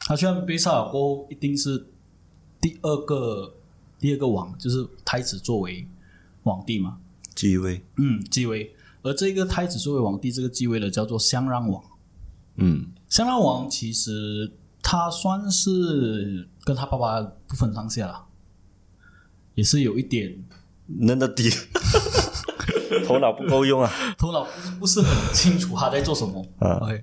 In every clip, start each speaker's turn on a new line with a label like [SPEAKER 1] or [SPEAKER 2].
[SPEAKER 1] 他去完贝萨尔过后，一定是第二个第二个王，就是太子作为皇帝嘛，
[SPEAKER 2] 继位，
[SPEAKER 1] 嗯，继位。而这个太子作为皇帝，这个继位的叫做相让王。
[SPEAKER 2] 嗯
[SPEAKER 1] 香浪王其实他算是跟他爸爸不分上下了，也是有一点
[SPEAKER 2] 嫩的底，头脑不够用啊。
[SPEAKER 1] 头脑不是不是很清楚他在做什么。
[SPEAKER 2] 啊
[SPEAKER 1] OK，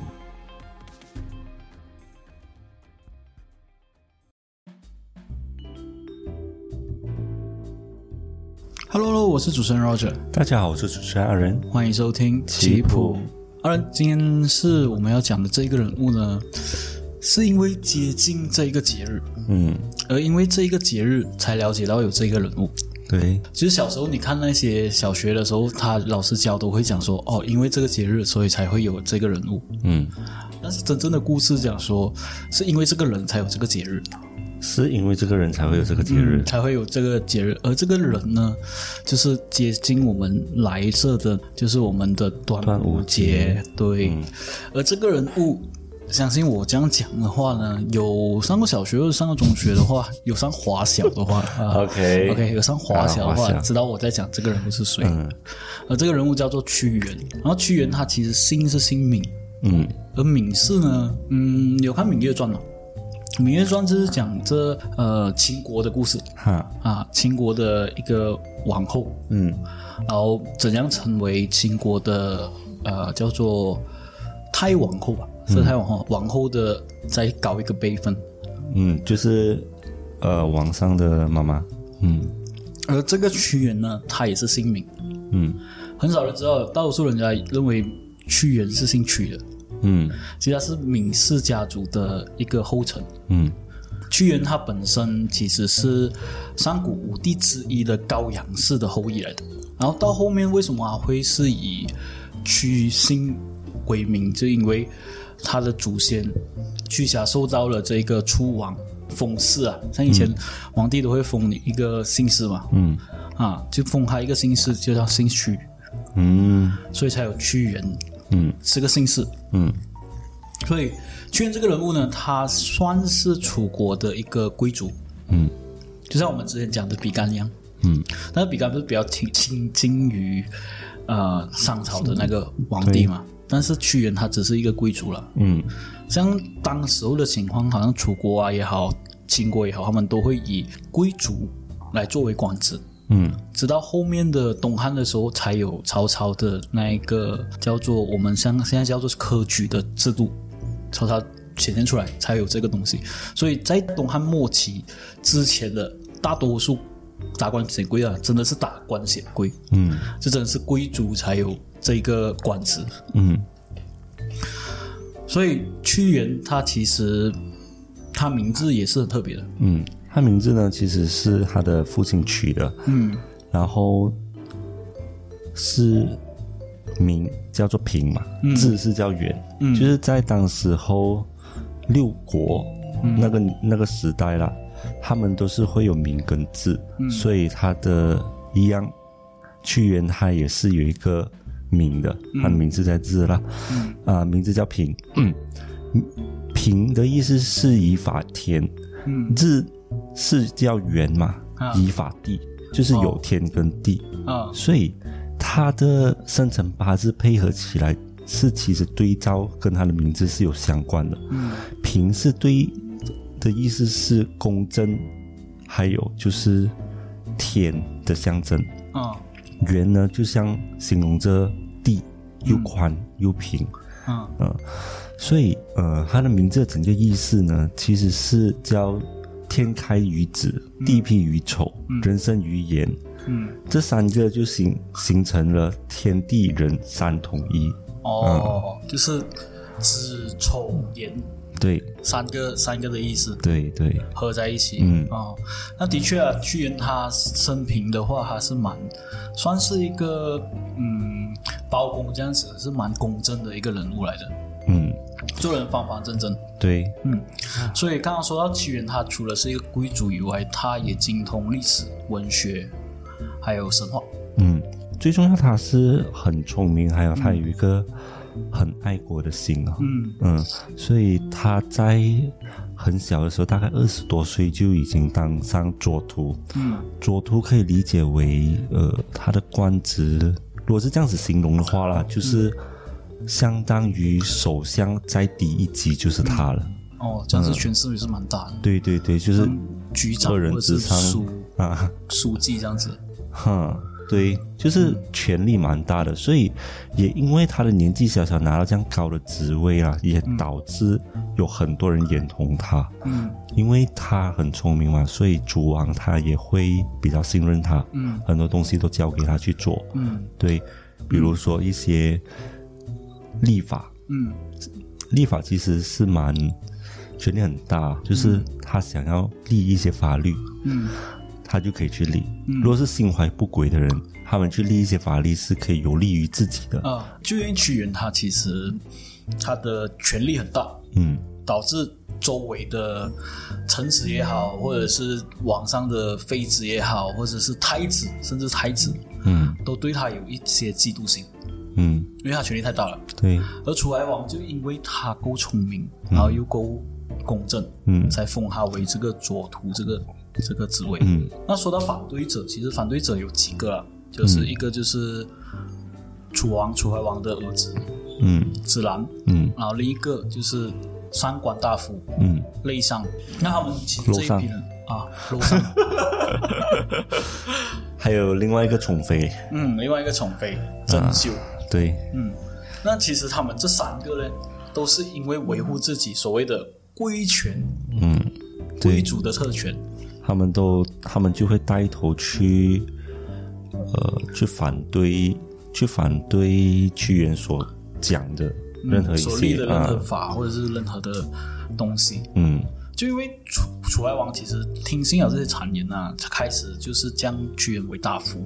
[SPEAKER 1] ，Hello Hello，我是主持人 Roger，
[SPEAKER 2] 大家好，我是主持人二人。
[SPEAKER 1] 欢迎收听
[SPEAKER 2] 棋谱。
[SPEAKER 1] 当然，今天是我们要讲的这一个人物呢，是因为接近这一个节日，
[SPEAKER 2] 嗯，
[SPEAKER 1] 而因为这一个节日才了解到有这个人物。
[SPEAKER 2] 对，
[SPEAKER 1] 其实小时候你看那些小学的时候，他老师教都会讲说，哦，因为这个节日，所以才会有这个人物。
[SPEAKER 2] 嗯，
[SPEAKER 1] 但是真正的故事讲说，是因为这个人才有这个节日，
[SPEAKER 2] 是因为这个人才会有这个节日。
[SPEAKER 1] 嗯才会有这个节日。而这个人呢，就是接近我们来这的，就是我们的端
[SPEAKER 2] 端午
[SPEAKER 1] 午
[SPEAKER 2] 嗯
[SPEAKER 1] 节。对，而这个人物。相信我这样讲的话呢，有上过小学或者上过中学的话，有上华小的 话啊
[SPEAKER 2] OK
[SPEAKER 1] OK，有上华小的
[SPEAKER 2] 啊华
[SPEAKER 1] 话，
[SPEAKER 2] 小嗯
[SPEAKER 1] 知道我在讲这个人物是谁。呃，这个人物叫做屈原，然后屈原他其实姓是姓闵，
[SPEAKER 2] 嗯
[SPEAKER 1] 而闵氏呢，嗯，有看《芈月传》吗？《芈月传》就是讲这呃秦国的故事
[SPEAKER 2] 哈，
[SPEAKER 1] 啊，秦国的一个王后，
[SPEAKER 2] 嗯
[SPEAKER 1] 然后怎样成为秦国的呃叫做太王后吧，是太王后，王后的再搞一个辈分。
[SPEAKER 2] 嗯，就是呃，网上的妈妈。嗯
[SPEAKER 1] 而这个屈原呢，他也是姓闵，
[SPEAKER 2] 嗯
[SPEAKER 1] 很少人知道，大多数人家认为屈原是姓屈的，
[SPEAKER 2] 嗯
[SPEAKER 1] 其实他是闵氏家族的一个后尘。
[SPEAKER 2] 嗯
[SPEAKER 1] 屈原他本身其实是上古五帝之一的高阳氏的后裔来的，然后到后面为什么啊会是以屈姓为名，就因为他的祖先屈瑕受到了这个初王封氏啊，像以前皇帝都会封你一个姓氏嘛，
[SPEAKER 2] 嗯
[SPEAKER 1] 啊，就封他一个姓氏，就叫姓屈，
[SPEAKER 2] 嗯
[SPEAKER 1] 所以才有屈原
[SPEAKER 2] 嗯
[SPEAKER 1] 是个姓氏。
[SPEAKER 2] 嗯
[SPEAKER 1] 所以屈原这个人物呢，他算是楚国的一个贵族，
[SPEAKER 2] 嗯，
[SPEAKER 1] 就像我们之前讲的比干一样，
[SPEAKER 2] 嗯，
[SPEAKER 1] 但是比干不是比较亲亲近于呃商朝的那个皇帝嘛？但是屈原他只是一个贵族了，
[SPEAKER 2] 嗯
[SPEAKER 1] 像当时候的情况，好像楚国啊也好，秦国也好，他们都会以贵族来作为官职。
[SPEAKER 2] 嗯
[SPEAKER 1] 直到后面的东汉的时候，才有曹操的那一个叫做我们像现在叫做科举的制度，曹操显现出来才有这个东西。所以在东汉末期之前的大多数达官显贵啊，真的是达官显贵，
[SPEAKER 2] 嗯
[SPEAKER 1] 这啊真的是贵族才有这一个官职。
[SPEAKER 2] 嗯
[SPEAKER 1] 所以屈原他其实他名字也是很特别的，
[SPEAKER 2] 嗯，他名字呢其实是他的父亲取的。
[SPEAKER 1] 嗯，
[SPEAKER 2] 然后是名叫做平嘛，
[SPEAKER 1] 嗯
[SPEAKER 2] 字是叫元，就是在当时候六国、
[SPEAKER 1] 嗯
[SPEAKER 2] 那个那个时代啦，他们都是会有名跟字，
[SPEAKER 1] 嗯
[SPEAKER 2] 所以他的一样屈原他也是有一个名的，
[SPEAKER 1] 嗯
[SPEAKER 2] 他的名字在这啦，啊、名字叫平，嗯，平的意思是以法天，
[SPEAKER 1] 嗯
[SPEAKER 2] 日是叫元嘛，
[SPEAKER 1] 啊哦
[SPEAKER 2] 以法地。就是有天跟地，
[SPEAKER 1] 啊，
[SPEAKER 2] 所以他的生辰八字配合起来是其实对照跟他的名字是有相关的。
[SPEAKER 1] 嗯
[SPEAKER 2] 平是对的意思是公正，还有就是天的象征。
[SPEAKER 1] 啊
[SPEAKER 2] 圆呢，就像形容着地又宽又平，
[SPEAKER 1] 啊
[SPEAKER 2] 呃，所以呃，它的名字的整个意思呢，其实是叫天开于子，地辟于丑，人生于言。
[SPEAKER 1] 嗯，
[SPEAKER 2] 这三个就形形成了天地人三统一。
[SPEAKER 1] 哦，
[SPEAKER 2] 嗯
[SPEAKER 1] 就是子丑寅。
[SPEAKER 2] 对
[SPEAKER 1] 三个三个的意思
[SPEAKER 2] 对对，
[SPEAKER 1] 合在一起。
[SPEAKER 2] 嗯
[SPEAKER 1] 哦，那的确啊，屈原他生平的话，还是蛮算是一个嗯包公这样子是蛮公正的一个人物来的，
[SPEAKER 2] 嗯，
[SPEAKER 1] 做人方方正正。
[SPEAKER 2] 对，
[SPEAKER 1] 嗯，所以刚刚说到屈原，他除了是一个贵族以外，他也精通历史、文学，还有神话。
[SPEAKER 2] 嗯，最重要他是很聪明，还有他有一个很爱国的心啊、
[SPEAKER 1] 嗯
[SPEAKER 2] 嗯，所以他在很小的时候，大概二十多岁就已经当上左徒。
[SPEAKER 1] 嗯
[SPEAKER 2] 左徒可以理解为，呃，他的官职，如果是这样子形容的话啦，就是相当于首相再低一级就是他了。
[SPEAKER 1] 哦，这样
[SPEAKER 2] 嗯
[SPEAKER 1] 子权势也是蛮大的，
[SPEAKER 2] 对对对，就是
[SPEAKER 1] 嗯局长
[SPEAKER 2] 个
[SPEAKER 1] 或
[SPEAKER 2] 人
[SPEAKER 1] 者
[SPEAKER 2] 之
[SPEAKER 1] 是
[SPEAKER 2] 上
[SPEAKER 1] 书
[SPEAKER 2] 啊。
[SPEAKER 1] 书记这样子。
[SPEAKER 2] 哼，对，就是权力蛮大的，所以也因为他的年纪小小拿到这样高的职位啊，也导致有很多人眼红他。
[SPEAKER 1] 嗯
[SPEAKER 2] 因为他很聪明嘛，所以主王他也会比较信任他，
[SPEAKER 1] 嗯
[SPEAKER 2] 很多东西都交给他去做。
[SPEAKER 1] 嗯
[SPEAKER 2] 对，比如说一些立法，
[SPEAKER 1] 嗯
[SPEAKER 2] 立法其实是蛮权力很大，就是他想要立一些法律，
[SPEAKER 1] 嗯
[SPEAKER 2] 他就可以去立。如果是心怀不轨的人，他们去立一些法律是可以有利于自己的。
[SPEAKER 1] 啊，就因为屈原他其实他的权力很大，
[SPEAKER 2] 嗯
[SPEAKER 1] 导致周围的臣子也好，或者是网上的妃子也好，或者是太子，甚至thái子，
[SPEAKER 2] 嗯
[SPEAKER 1] 都对他有一些嫉妒心，
[SPEAKER 2] 嗯，
[SPEAKER 1] 因为他权力太大了。
[SPEAKER 2] 对，
[SPEAKER 1] 而楚怀王就因为他够聪明，然后又够公正，
[SPEAKER 2] 嗯
[SPEAKER 1] 才封他为这个左徒这个这个职位。
[SPEAKER 2] 嗯
[SPEAKER 1] 那说到反对者，其实反对者有几个了，
[SPEAKER 2] 嗯
[SPEAKER 1] 就是一个就是楚王楚怀王的儿子
[SPEAKER 2] 嗯
[SPEAKER 1] 子兰，
[SPEAKER 2] 嗯
[SPEAKER 1] 然后另一个就是三官大夫
[SPEAKER 2] 嗯，
[SPEAKER 1] 内上，那他们其实这一批人啊，楼上，
[SPEAKER 2] 还有另外一个宠妃，
[SPEAKER 1] 嗯，另外一个宠妃甄修，
[SPEAKER 2] 对，
[SPEAKER 1] 嗯，那其实他们这三个呢，都是因为维护自己所谓的归权、
[SPEAKER 2] 嗯对
[SPEAKER 1] 归。族的特权，
[SPEAKER 2] 他们都他们就会带头去，呃，去反对，去反对屈原所讲的任何一
[SPEAKER 1] 嗯所立
[SPEAKER 2] 些
[SPEAKER 1] 的任何
[SPEAKER 2] 啊，
[SPEAKER 1] 法或者是任何的东西，
[SPEAKER 2] 嗯
[SPEAKER 1] 就因为楚楚怀王其实听信了这些谗言啊，他开始就是将屈原为大夫，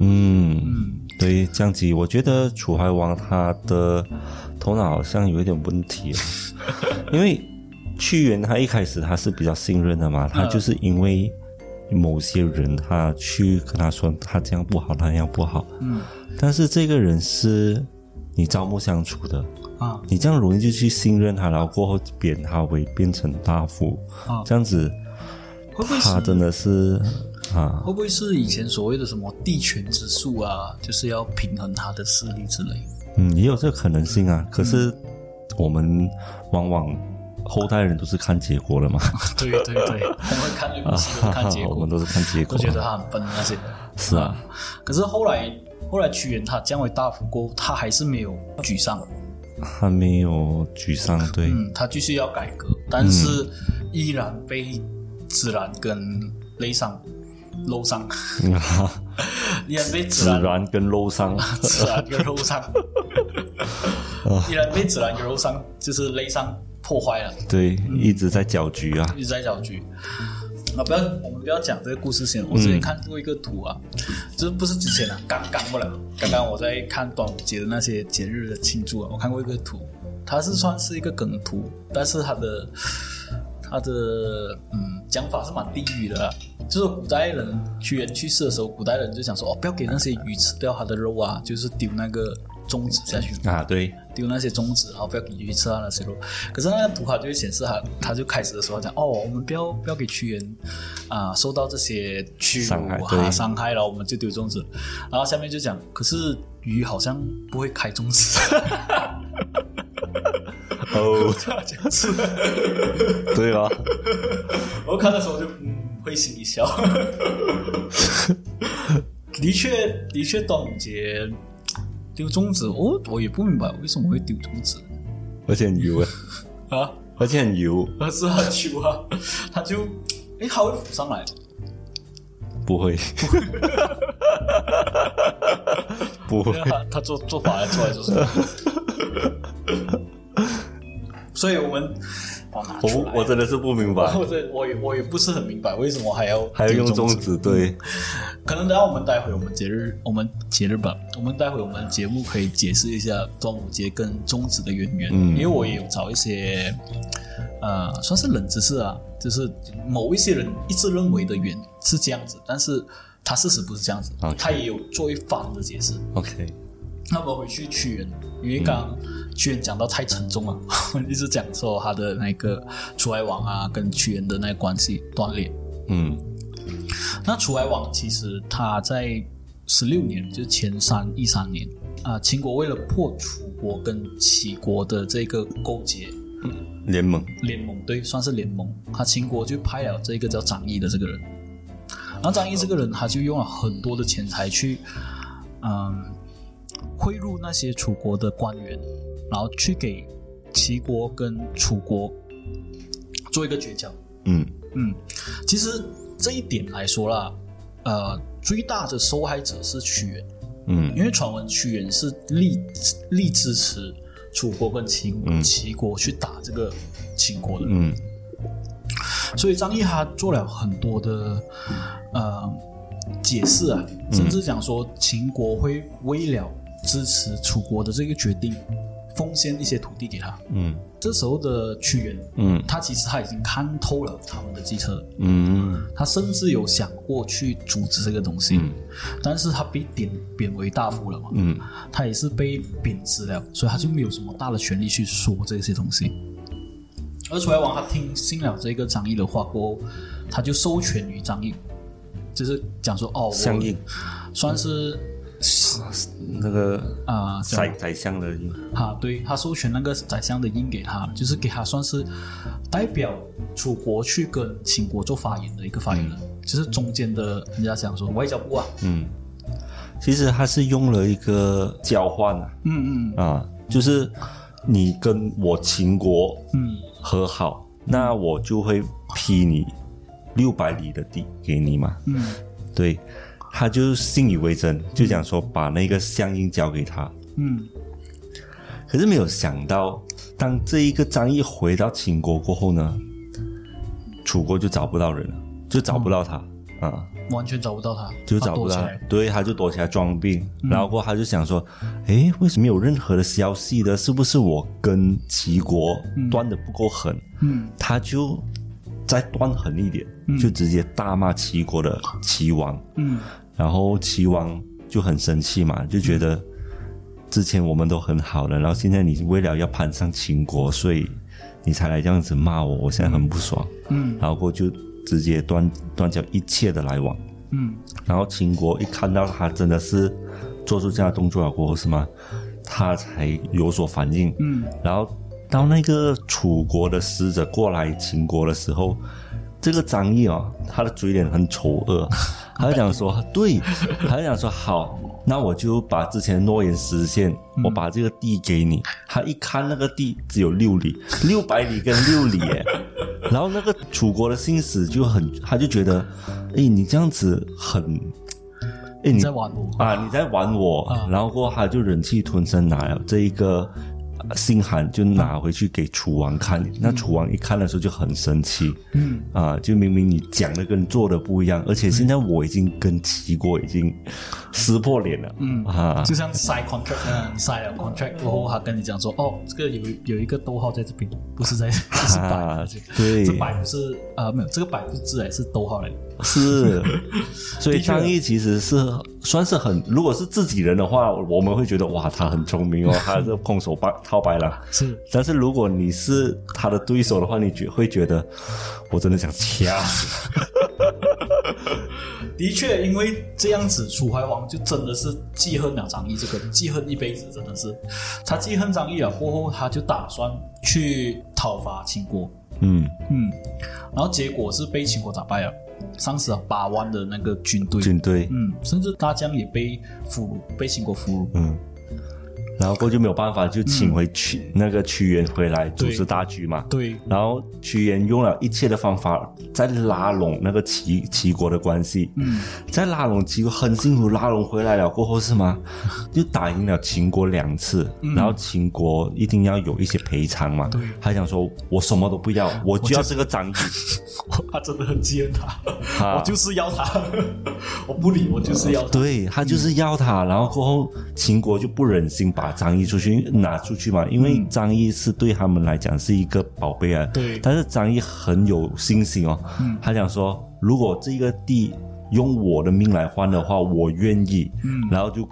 [SPEAKER 2] 嗯，
[SPEAKER 1] 嗯
[SPEAKER 2] 对，这样子，我觉得楚怀王他的头脑好像有一点问 题，啊因为屈原他一开始他是比较信任的嘛，他就是因为某些人他去跟他说他这样不好，那样不好，
[SPEAKER 1] 嗯
[SPEAKER 2] 但是这个人是你朝暮相处的。
[SPEAKER 1] 啊
[SPEAKER 2] 你这样容易就去信任他，然后过后贬他为变成大夫，
[SPEAKER 1] 啊，
[SPEAKER 2] 这样子
[SPEAKER 1] 会不会
[SPEAKER 2] 他
[SPEAKER 1] 是
[SPEAKER 2] 真的是啊，
[SPEAKER 1] 会不会是以前所谓的什么地权之术啊，就是要平衡他的势力之类 的？
[SPEAKER 2] 嗯，也有这个可能性啊。可是我们往往后代人都是看结果了嘛，
[SPEAKER 1] 对对 对，我们看这个戏都看结
[SPEAKER 2] 我们
[SPEAKER 1] 果，
[SPEAKER 2] 都是看结果
[SPEAKER 1] 都，觉得他很笨那些。
[SPEAKER 2] 是啊，
[SPEAKER 1] 可是后来后来屈原他降为大夫过后，他还是没有沮丧，
[SPEAKER 2] 他没有沮丧，对，
[SPEAKER 1] 嗯，他继续要改革，但是依然被子兰跟雷伤。楼上
[SPEAKER 2] 啊，
[SPEAKER 1] 依然被子
[SPEAKER 2] 自
[SPEAKER 1] 兰、
[SPEAKER 2] 然跟肉伤，
[SPEAKER 1] 子兰跟楼上，依然被子兰跟楼上就是雷伤破坏了。
[SPEAKER 2] 对，一直在搅局啊，
[SPEAKER 1] 一直在搅局。啊，不要，我们不要讲这个故事先。我之前看过一个图啊，就是不是之前啊，刚刚不了，刚刚我在看端午节的那些节日的庆祝啊，我看过一个图，它是算是一个梗图，但是它的它的嗯讲法是蛮地狱的、啊，就是古代人屈原去世的时候，古代人就想说哦，不要给那些鱼吃掉它的肉啊，就是丢那个粽子下去。
[SPEAKER 2] 啊，对，
[SPEAKER 1] 丢那些种子，然后不要给鱼吃啊那些肉。可是那个图卡就会显示他，他就开始的时候讲哦，我们不要不要给屈原啊受到这些屈
[SPEAKER 2] 伤害
[SPEAKER 1] 辱啊
[SPEAKER 2] 对
[SPEAKER 1] 伤害了，我们就丢种子。然后下面就讲，可是鱼好像不会开种 子，
[SPEAKER 2] 哦，
[SPEAKER 1] 他就吃。
[SPEAKER 2] 对啊，
[SPEAKER 1] 我看的时候就嗯会心一笑。的确，的确，端午节丢种子，我、我也不明白为什么会丢种子
[SPEAKER 2] 而且很油啊，
[SPEAKER 1] 啊。
[SPEAKER 2] 而且很油，
[SPEAKER 1] 而是他球啊，他就诶，他会浮上来，
[SPEAKER 2] 不 会，不会，
[SPEAKER 1] 他他做做法来做来做 是。所以我们哦我拿出来
[SPEAKER 2] 哦我 我 真的是不明白，
[SPEAKER 1] 我这我也我也不是很明白为什么还要
[SPEAKER 2] 还要用
[SPEAKER 1] 种
[SPEAKER 2] 粽。子，对，
[SPEAKER 1] 可可能等下我们待会我们节日，我们节日吧，我们待会我们节目可以解释一下端午节跟粽子的渊源，
[SPEAKER 2] 嗯
[SPEAKER 1] 因为我也有找一些呃，算是冷知识啊，就是某一些人一直认为的源是这样子，但是他事实不是这样子
[SPEAKER 2] OK
[SPEAKER 1] 他也有做一方的解释。
[SPEAKER 2] OK，
[SPEAKER 1] 那我们回去屈原，因为刚刚屈原讲到太沉重了， 一直讲说他的那个楚怀王啊，跟屈原的那个关系断裂。
[SPEAKER 2] 嗯
[SPEAKER 1] 那楚怀王其实他在十六年，就是前三一三年啊、秦国为了破楚国跟齐国的这个勾结
[SPEAKER 2] 联盟
[SPEAKER 1] 联盟，对，算是联盟，他秦国就派了这个叫张仪的这个人。然后张仪这个人，他就用了很多的钱财去，嗯，贿赂那些楚国的官员，然后去给齐国跟楚国做一个绝交。
[SPEAKER 2] 嗯
[SPEAKER 1] 嗯，其实这一点来说啦，呃，最大的受害者是屈原，
[SPEAKER 2] 嗯
[SPEAKER 1] 因为传闻屈原是力力支持楚国跟秦齐国去打这个秦国的，
[SPEAKER 2] 嗯
[SPEAKER 1] 所以张仪他做了很多的呃解释啊，
[SPEAKER 2] 嗯
[SPEAKER 1] 甚至讲说秦国会为了支持楚国的这个决定，奉献一些土地给他。
[SPEAKER 2] 嗯
[SPEAKER 1] 这时候的屈原，
[SPEAKER 2] 嗯
[SPEAKER 1] 他其实他已经看透了他们的计策了。
[SPEAKER 2] 嗯
[SPEAKER 1] 他甚至有想过去阻止这个东西，但是他被贬贬为大夫了嘛，
[SPEAKER 2] 嗯
[SPEAKER 1] 他也是被贬职了，所以他就没有什么大的权利去说这些东西。而楚怀王他听信了这个张仪的话过后，他就授权于张仪，就是讲说哦，我
[SPEAKER 2] 相应
[SPEAKER 1] 算是
[SPEAKER 2] 那个
[SPEAKER 1] 啊，呃
[SPEAKER 2] 宰宰相的应
[SPEAKER 1] 啊，对他授权那个宰相的印给他，就是给他算是代表楚国去跟秦国做发言的一个发言人，就是中间的人家讲说外交部啊，
[SPEAKER 2] 嗯，其实他是用了一个交换啊，
[SPEAKER 1] 嗯嗯
[SPEAKER 2] 啊，就是你跟我秦国
[SPEAKER 1] 嗯
[SPEAKER 2] 和好，那我就会批你六百里的地给你嘛。
[SPEAKER 1] 嗯
[SPEAKER 2] 对，他就信以为真，就讲说把那个相应交给他。
[SPEAKER 1] 嗯
[SPEAKER 2] 可是没有想到，当这一个张毅回到秦国过后呢，楚国就找不到人了，就找不到他、啊。
[SPEAKER 1] 嗯，完全找不到他，
[SPEAKER 2] 就
[SPEAKER 1] 他
[SPEAKER 2] 找不
[SPEAKER 1] 哦躲起
[SPEAKER 2] 到
[SPEAKER 1] 来，，嗯
[SPEAKER 2] 对，他就躲起来装病，然后过后他就想说，诶，为什么没有任何的消息呢？是不是我跟齐国断的不够狠？
[SPEAKER 1] 嗯
[SPEAKER 2] 他就再断狠一点，就直接大骂齐国的齐王，
[SPEAKER 1] 嗯
[SPEAKER 2] 然后齐王就很生气嘛，就觉得之前我们都很好了，然后现在你为了要攀上秦国，所以你才来这样子骂我，我现在很不爽，
[SPEAKER 1] 嗯
[SPEAKER 2] 然后过后就直接断断绝一切的来往。
[SPEAKER 1] 嗯
[SPEAKER 2] 然后秦国一看到他真的是做出这样的动作了过后，是吗？他才有所反应。
[SPEAKER 1] 嗯，
[SPEAKER 2] 然后当那个楚国的使者过来秦国的时候，这个张毅哦，他的嘴脸很丑恶，他就讲说，对，他就讲说，好，那我就把之前的诺言实现，我把这个地给你。他一看那个地只有六里，六百里跟六里耶。 然后那个楚国的信使就很，他就觉得，哎，你这样子很，哎，你
[SPEAKER 1] 你在玩我，
[SPEAKER 2] 啊，你在玩我，然后过后他就忍气吞声拿了这一个呃信函，就拿回去给楚王看。那楚王一看的时候就很生气，
[SPEAKER 1] 嗯
[SPEAKER 2] 啊，就明明你讲的跟做的不一样，而且现在我已经跟齐国已经撕破脸了，
[SPEAKER 1] 嗯
[SPEAKER 2] 啊，
[SPEAKER 1] 就像塞 contract 那样，你塞了 contract 过后，他跟你讲说，哦，这个有有一个逗号在这边，不是在， 不是
[SPEAKER 2] 啊
[SPEAKER 1] 摆，
[SPEAKER 2] 对
[SPEAKER 1] 这摆不是啊，没有，这个摆不是字来，是逗号来的。
[SPEAKER 2] 是，所以
[SPEAKER 1] 的确
[SPEAKER 2] 张毅其实是算是很，如果是自己人的话，我们会觉得哇，他很聪 明哦，他是空手白套白狼。
[SPEAKER 1] 是
[SPEAKER 2] 但是如果你是他的对手的话，你觉会觉得我真的想掐死。
[SPEAKER 1] 的确，因为这样子，楚怀王就真的是记恨了张仪，这个人记恨一辈子，真的是。他记恨张仪了过后，他就打算去讨伐秦国，
[SPEAKER 2] 嗯
[SPEAKER 1] 嗯，然后结果是被秦国打败了，丧失了八万的那个军队，
[SPEAKER 2] 军队，
[SPEAKER 1] 嗯，甚至大江也被俘虏，被秦国俘虏。
[SPEAKER 2] 嗯，然后过后就没有办法，就请回屈、那个屈原回来
[SPEAKER 1] 嗯
[SPEAKER 2] 主
[SPEAKER 1] 对
[SPEAKER 2] 持大局嘛。
[SPEAKER 1] 对，
[SPEAKER 2] 然后屈原用了一切的方法在拉拢那个齐齐国的关系，嗯，在拉拢齐国很辛苦拉拢回来了过后是 吗？就打赢了秦国两次，然后秦国一定要有一些赔偿嘛，
[SPEAKER 1] 对
[SPEAKER 2] 他想说我什么都不要，我就要这个长椅，
[SPEAKER 1] 他真的很贱 他，
[SPEAKER 2] 啊
[SPEAKER 1] 我就是要他， 我不理，我就是要他。
[SPEAKER 2] 对他就是要他，然后过后秦国就不忍心把张仪出去拿出去
[SPEAKER 1] 嗯
[SPEAKER 2] 嘛，因为张仪是对他们来讲是一个宝贝啊。
[SPEAKER 1] 对嗯
[SPEAKER 2] 但是张仪很有信心哦，他想说，如果这个地用我的命来换的话，我愿意。嗯，然后就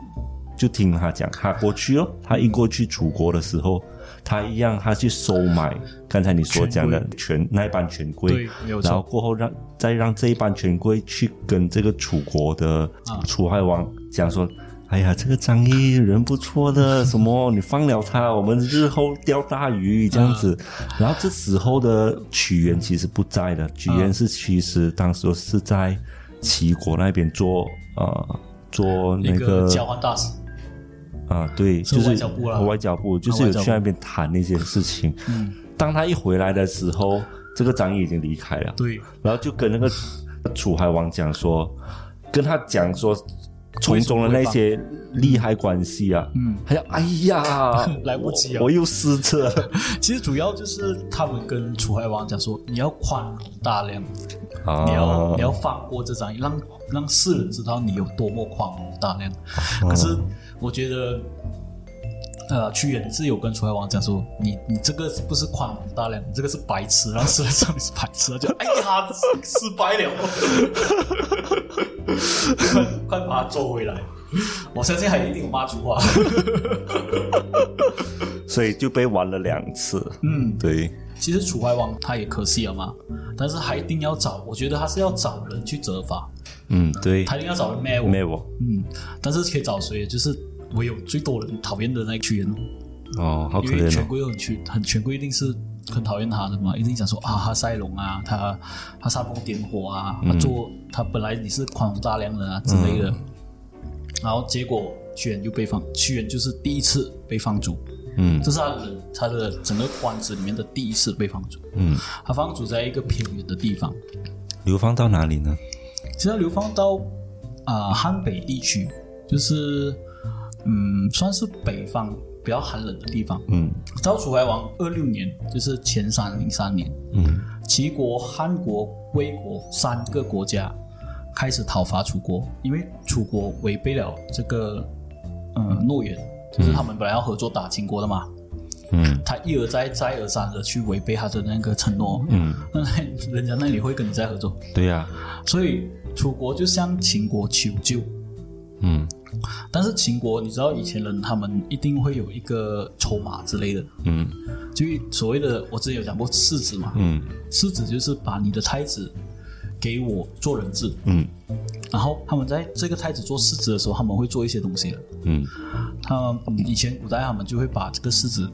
[SPEAKER 2] 就听他讲，他过去哦，他一过去楚国的时候。他一样，他去收买刚才你所讲的权那一班权贵
[SPEAKER 1] 对没有，错
[SPEAKER 2] 然后呃过后让再让这一班权贵去跟这个楚国的
[SPEAKER 1] 啊
[SPEAKER 2] 楚怀王讲说。哎呀，这个张仪人不错 的，什么你放了他，我们日后钓大鱼这样子。
[SPEAKER 1] 啊
[SPEAKER 2] 然后这时候的屈原其实不在的，屈原
[SPEAKER 1] 啊
[SPEAKER 2] 是其实当时是在齐国那边做呃做那
[SPEAKER 1] 一
[SPEAKER 2] 个
[SPEAKER 1] 个交换大使，
[SPEAKER 2] 啊，对，
[SPEAKER 1] 是
[SPEAKER 2] 就是
[SPEAKER 1] 外交部啦啊
[SPEAKER 2] 外交部就是有去那边谈那些事情。
[SPEAKER 1] 嗯
[SPEAKER 2] 当他一回来的时候，这个张仪已经离开了。
[SPEAKER 1] 对，，
[SPEAKER 2] 然后就跟那个楚怀王讲说，跟他讲说从中的那些利害关系啊，嗯，他讲哎呀
[SPEAKER 1] 来不及啊
[SPEAKER 2] 我我又失策，
[SPEAKER 1] 其实主要就是他们跟楚怀王讲说，你要宽容大量，
[SPEAKER 2] 啊
[SPEAKER 1] 你要你要放过这张，让让世人知道你有多么宽容大量。可是我觉得，呃，屈原是有跟楚怀王讲说，你你这个不是宽容大量，你这个是白痴，让世人知道你是白痴，他就哎呀失败了， 快快把他做回来。我相信还一定有骂出话，
[SPEAKER 2] 所以就被玩了两次。
[SPEAKER 1] 嗯，
[SPEAKER 2] 对，
[SPEAKER 1] 其实楚怀王他也可惜了嘛，但是还一定要找，我觉得他是要找人去责罚，
[SPEAKER 2] 嗯，对，
[SPEAKER 1] 他一定要找人灭我，
[SPEAKER 2] 没有
[SPEAKER 1] 嗯，但是可以找谁？就是唯有最多人讨厌的那一群人，
[SPEAKER 2] 哦，好可
[SPEAKER 1] 因为
[SPEAKER 2] 怜
[SPEAKER 1] 权
[SPEAKER 2] 哦。
[SPEAKER 1] 贵又很权很权贵，一定是很讨厌他的嘛，一定想说啊，他塞隆啊，他他煽风点火啊，他做、他本来你是宽宏大量的啊之类
[SPEAKER 2] 嗯
[SPEAKER 1] 的，然后结果屈原就被放，屈原就是第一次被放逐，
[SPEAKER 2] 嗯
[SPEAKER 1] 这是他的他的整个官职里面的第一次被放逐，
[SPEAKER 2] 嗯，
[SPEAKER 1] 他放逐在一个偏远的地方，
[SPEAKER 2] 流放到哪里呢？
[SPEAKER 1] 其实流放到啊、呃汉北地区，就是嗯，算是北方比较寒冷的地方。
[SPEAKER 2] 嗯
[SPEAKER 1] 到楚怀王二六年，就是前三零三年，
[SPEAKER 2] 嗯
[SPEAKER 1] 齐国、韩国、魏国三个国家开始讨伐楚国，因为楚国违背了这个呃诺言，就是他们本来要合作打秦国的嘛，
[SPEAKER 2] 嗯
[SPEAKER 1] 他一而再、再而三的去违背他的那个承诺，
[SPEAKER 2] 嗯，
[SPEAKER 1] 那人家那里会跟你再合作，
[SPEAKER 2] 对呀、
[SPEAKER 1] 所以楚国就向秦国求救。
[SPEAKER 2] 嗯
[SPEAKER 1] 但是秦国，你知道以前人他们一定会有一个筹码之类的，
[SPEAKER 2] 嗯
[SPEAKER 1] 就所谓的我之前有讲过世子嘛，
[SPEAKER 2] 嗯
[SPEAKER 1] 世子就是把你的太子给我做人质，
[SPEAKER 2] 嗯
[SPEAKER 1] 然后他们在这个太子做世子的时候，他们会做一些东西的。
[SPEAKER 2] 嗯
[SPEAKER 1] 他们以前古代他们就会把这个世子，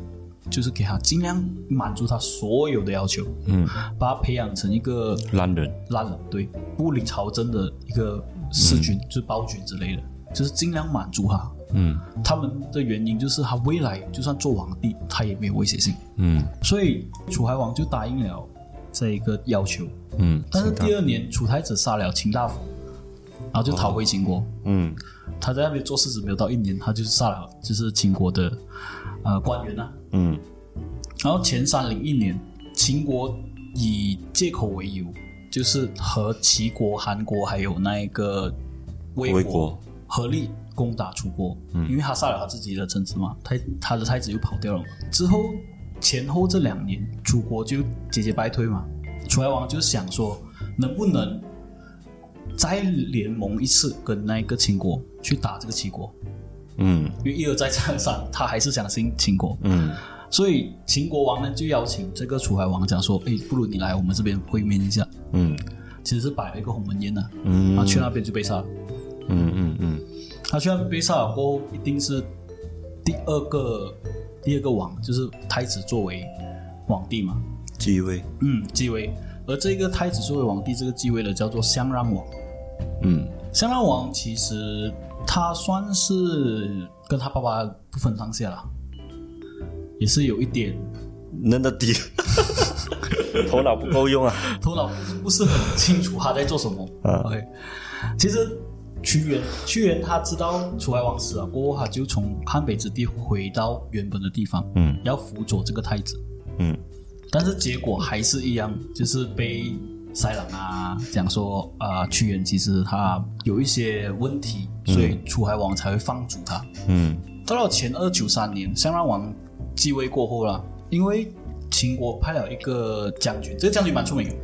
[SPEAKER 1] 就是给他尽量满足他所有的要求，
[SPEAKER 2] 嗯，
[SPEAKER 1] 把他培养成一个
[SPEAKER 2] 烂人，
[SPEAKER 1] 烂了，对，不理朝政的一个弑君，就是暴君之类的，就是尽量满足他。
[SPEAKER 2] 嗯
[SPEAKER 1] 他们的原因就是他未来就算做皇帝，他也没有威胁性，
[SPEAKER 2] 嗯
[SPEAKER 1] 所以楚怀王就答应了这一个要求。
[SPEAKER 2] 嗯
[SPEAKER 1] 但是第二年，楚太子杀了秦大夫，然后就逃回秦国。
[SPEAKER 2] 嗯
[SPEAKER 1] 他在那边做世子没有到一年，他就杀了就是秦国的呃官员啊。
[SPEAKER 2] 嗯
[SPEAKER 1] 然后前三零一年，秦国以借口为由，就是和齐国、韩国还有那一个魏
[SPEAKER 2] 魏
[SPEAKER 1] 国
[SPEAKER 2] 国
[SPEAKER 1] 合力攻打楚国，因为他杀了他自己的臣子嘛，太他的太子又跑掉了嘛。之后前后这两年，楚国就节节败退嘛。楚怀王就想说，能不能再联盟一次，跟那个秦国去打这个齐国？
[SPEAKER 2] 嗯
[SPEAKER 1] 因为一而再再而三，他还是相信秦国。
[SPEAKER 2] 嗯
[SPEAKER 1] 所以秦国王呢就邀请这个楚怀王讲说，哎，不如你来我们这边会面一下，
[SPEAKER 2] 嗯
[SPEAKER 1] 其实是摆了一个鸿门宴呐、啊，
[SPEAKER 2] 嗯
[SPEAKER 1] 他去那边就被杀了。
[SPEAKER 2] 嗯嗯嗯
[SPEAKER 1] 他去那边被杀了过后，一定是第二个第二个王，就是太子作为皇帝嘛，
[SPEAKER 2] 继位，
[SPEAKER 1] 嗯，继位。而这个太子作为皇帝，这个继位的叫做相让王。
[SPEAKER 2] 嗯
[SPEAKER 1] 相让王其实他算是跟他爸爸不分上下了，也是有一点
[SPEAKER 2] 嫩的底，头脑不够用啊。
[SPEAKER 1] 头脑不是不是很清楚他在做什么。
[SPEAKER 2] 嗯
[SPEAKER 1] OK，其实屈原，屈原他知道楚怀王死了过后，他就从汉北之地回到原本的地方，
[SPEAKER 2] 嗯
[SPEAKER 1] 要辅佐这个太子，
[SPEAKER 2] 嗯
[SPEAKER 1] 但是结果还是一样，就是被塞朗啊讲说啊、屈原其实他有一些问题，所以楚怀王才会放逐他。
[SPEAKER 2] 嗯
[SPEAKER 1] 到了前二九三年，襄让王继位过后啦，因为秦国派了一个将军，这个将军蛮出名的，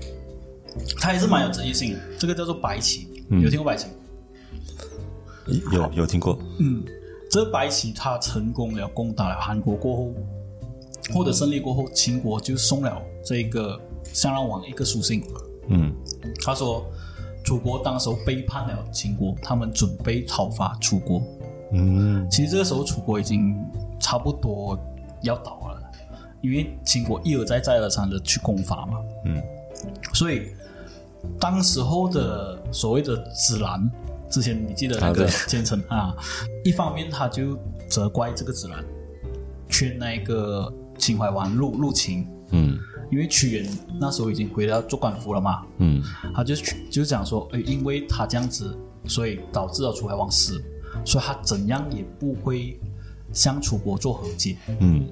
[SPEAKER 1] 他也是蛮有争议性的。这个叫做白起，有听过白起？
[SPEAKER 2] 有有听过，
[SPEAKER 1] 嗯，这白起他成功了攻打了韩国过后，获得胜利过后，秦国就送了这个襄让王一个书信，
[SPEAKER 2] 嗯
[SPEAKER 1] 他说楚国当时候背叛了秦国，他们准备讨伐楚国，
[SPEAKER 2] 嗯
[SPEAKER 1] 其实这个时候楚国已经差不多要倒了，因为秦国一而再再而三的去攻伐嘛，
[SPEAKER 2] 嗯
[SPEAKER 1] 所以当时候的所谓的子兰，之前你记得那
[SPEAKER 2] 啊
[SPEAKER 1] 个
[SPEAKER 2] 对
[SPEAKER 1] 奸臣啊，一方面他就责怪这个子兰劝那个秦怀王入入秦，
[SPEAKER 2] 嗯
[SPEAKER 1] 因为屈原那时候已经回到做官府了嘛，
[SPEAKER 2] 嗯
[SPEAKER 1] 他就去就讲说，哎，因为他这样子，所以导致了楚怀王死，所以他怎样也不会向楚国做和解。
[SPEAKER 2] 嗯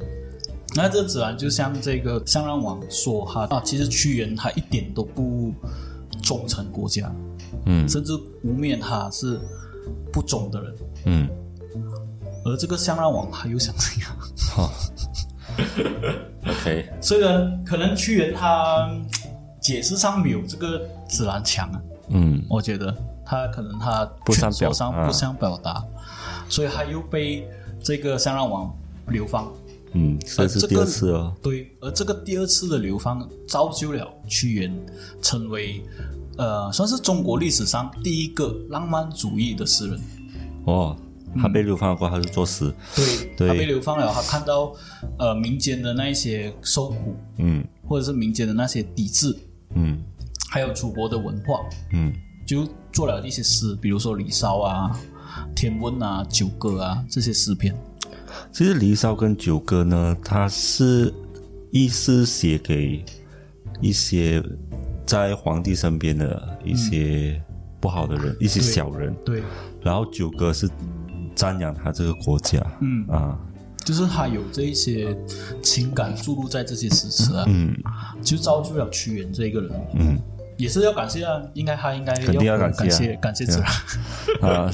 [SPEAKER 1] 那这自然就像这个项让王说哈啊，其实屈原他一点都不忠诚国家，
[SPEAKER 2] 嗯
[SPEAKER 1] 甚至污蔑他是不忠的人。
[SPEAKER 2] 嗯，
[SPEAKER 1] 而这个项让王他又想怎样？
[SPEAKER 2] 好，OK，
[SPEAKER 1] 虽然可能屈原他嗯解释上没有这个子兰强啊，
[SPEAKER 2] 嗯
[SPEAKER 1] 我觉得他可能他
[SPEAKER 2] 不善
[SPEAKER 1] 劝说
[SPEAKER 2] 表
[SPEAKER 1] 上
[SPEAKER 2] 啊
[SPEAKER 1] 不想表达，所以他又被这个襄让王流放。
[SPEAKER 2] 嗯，这
[SPEAKER 1] 呃这
[SPEAKER 2] 是
[SPEAKER 1] 个
[SPEAKER 2] 第二次哦，
[SPEAKER 1] 对，而这个第二次的流放造就了屈原成为呃，算是中国历史上第一个浪漫主义的诗人。
[SPEAKER 2] 哦，他被流放过，他是作死，
[SPEAKER 1] 对，
[SPEAKER 2] 对
[SPEAKER 1] 他被流放了，他看到呃民间的那一些受苦，
[SPEAKER 2] 嗯
[SPEAKER 1] 或者是民间的那些抵制，
[SPEAKER 2] 嗯
[SPEAKER 1] 还有楚国的文化，
[SPEAKER 2] 嗯
[SPEAKER 1] 就做了一些诗，比如说《离骚》啊、《天问》啊、《九歌》啊这些诗篇。
[SPEAKER 2] 其实《离骚》跟《九歌》呢，它是意思写给一些在皇帝身边的一些不好的人，一些小人，
[SPEAKER 1] 对，
[SPEAKER 2] 然后《九歌》是赞扬他这个国家，
[SPEAKER 1] 嗯
[SPEAKER 2] 啊，
[SPEAKER 1] 就是他有这一些情感注入在这些诗词啊，嗯，就造就了屈原这一个人，嗯，也是要感谢啊，应该他应该
[SPEAKER 2] 肯定要
[SPEAKER 1] 感
[SPEAKER 2] 感
[SPEAKER 1] 谢
[SPEAKER 2] 谢啊
[SPEAKER 1] 感谢子然，
[SPEAKER 2] 啊，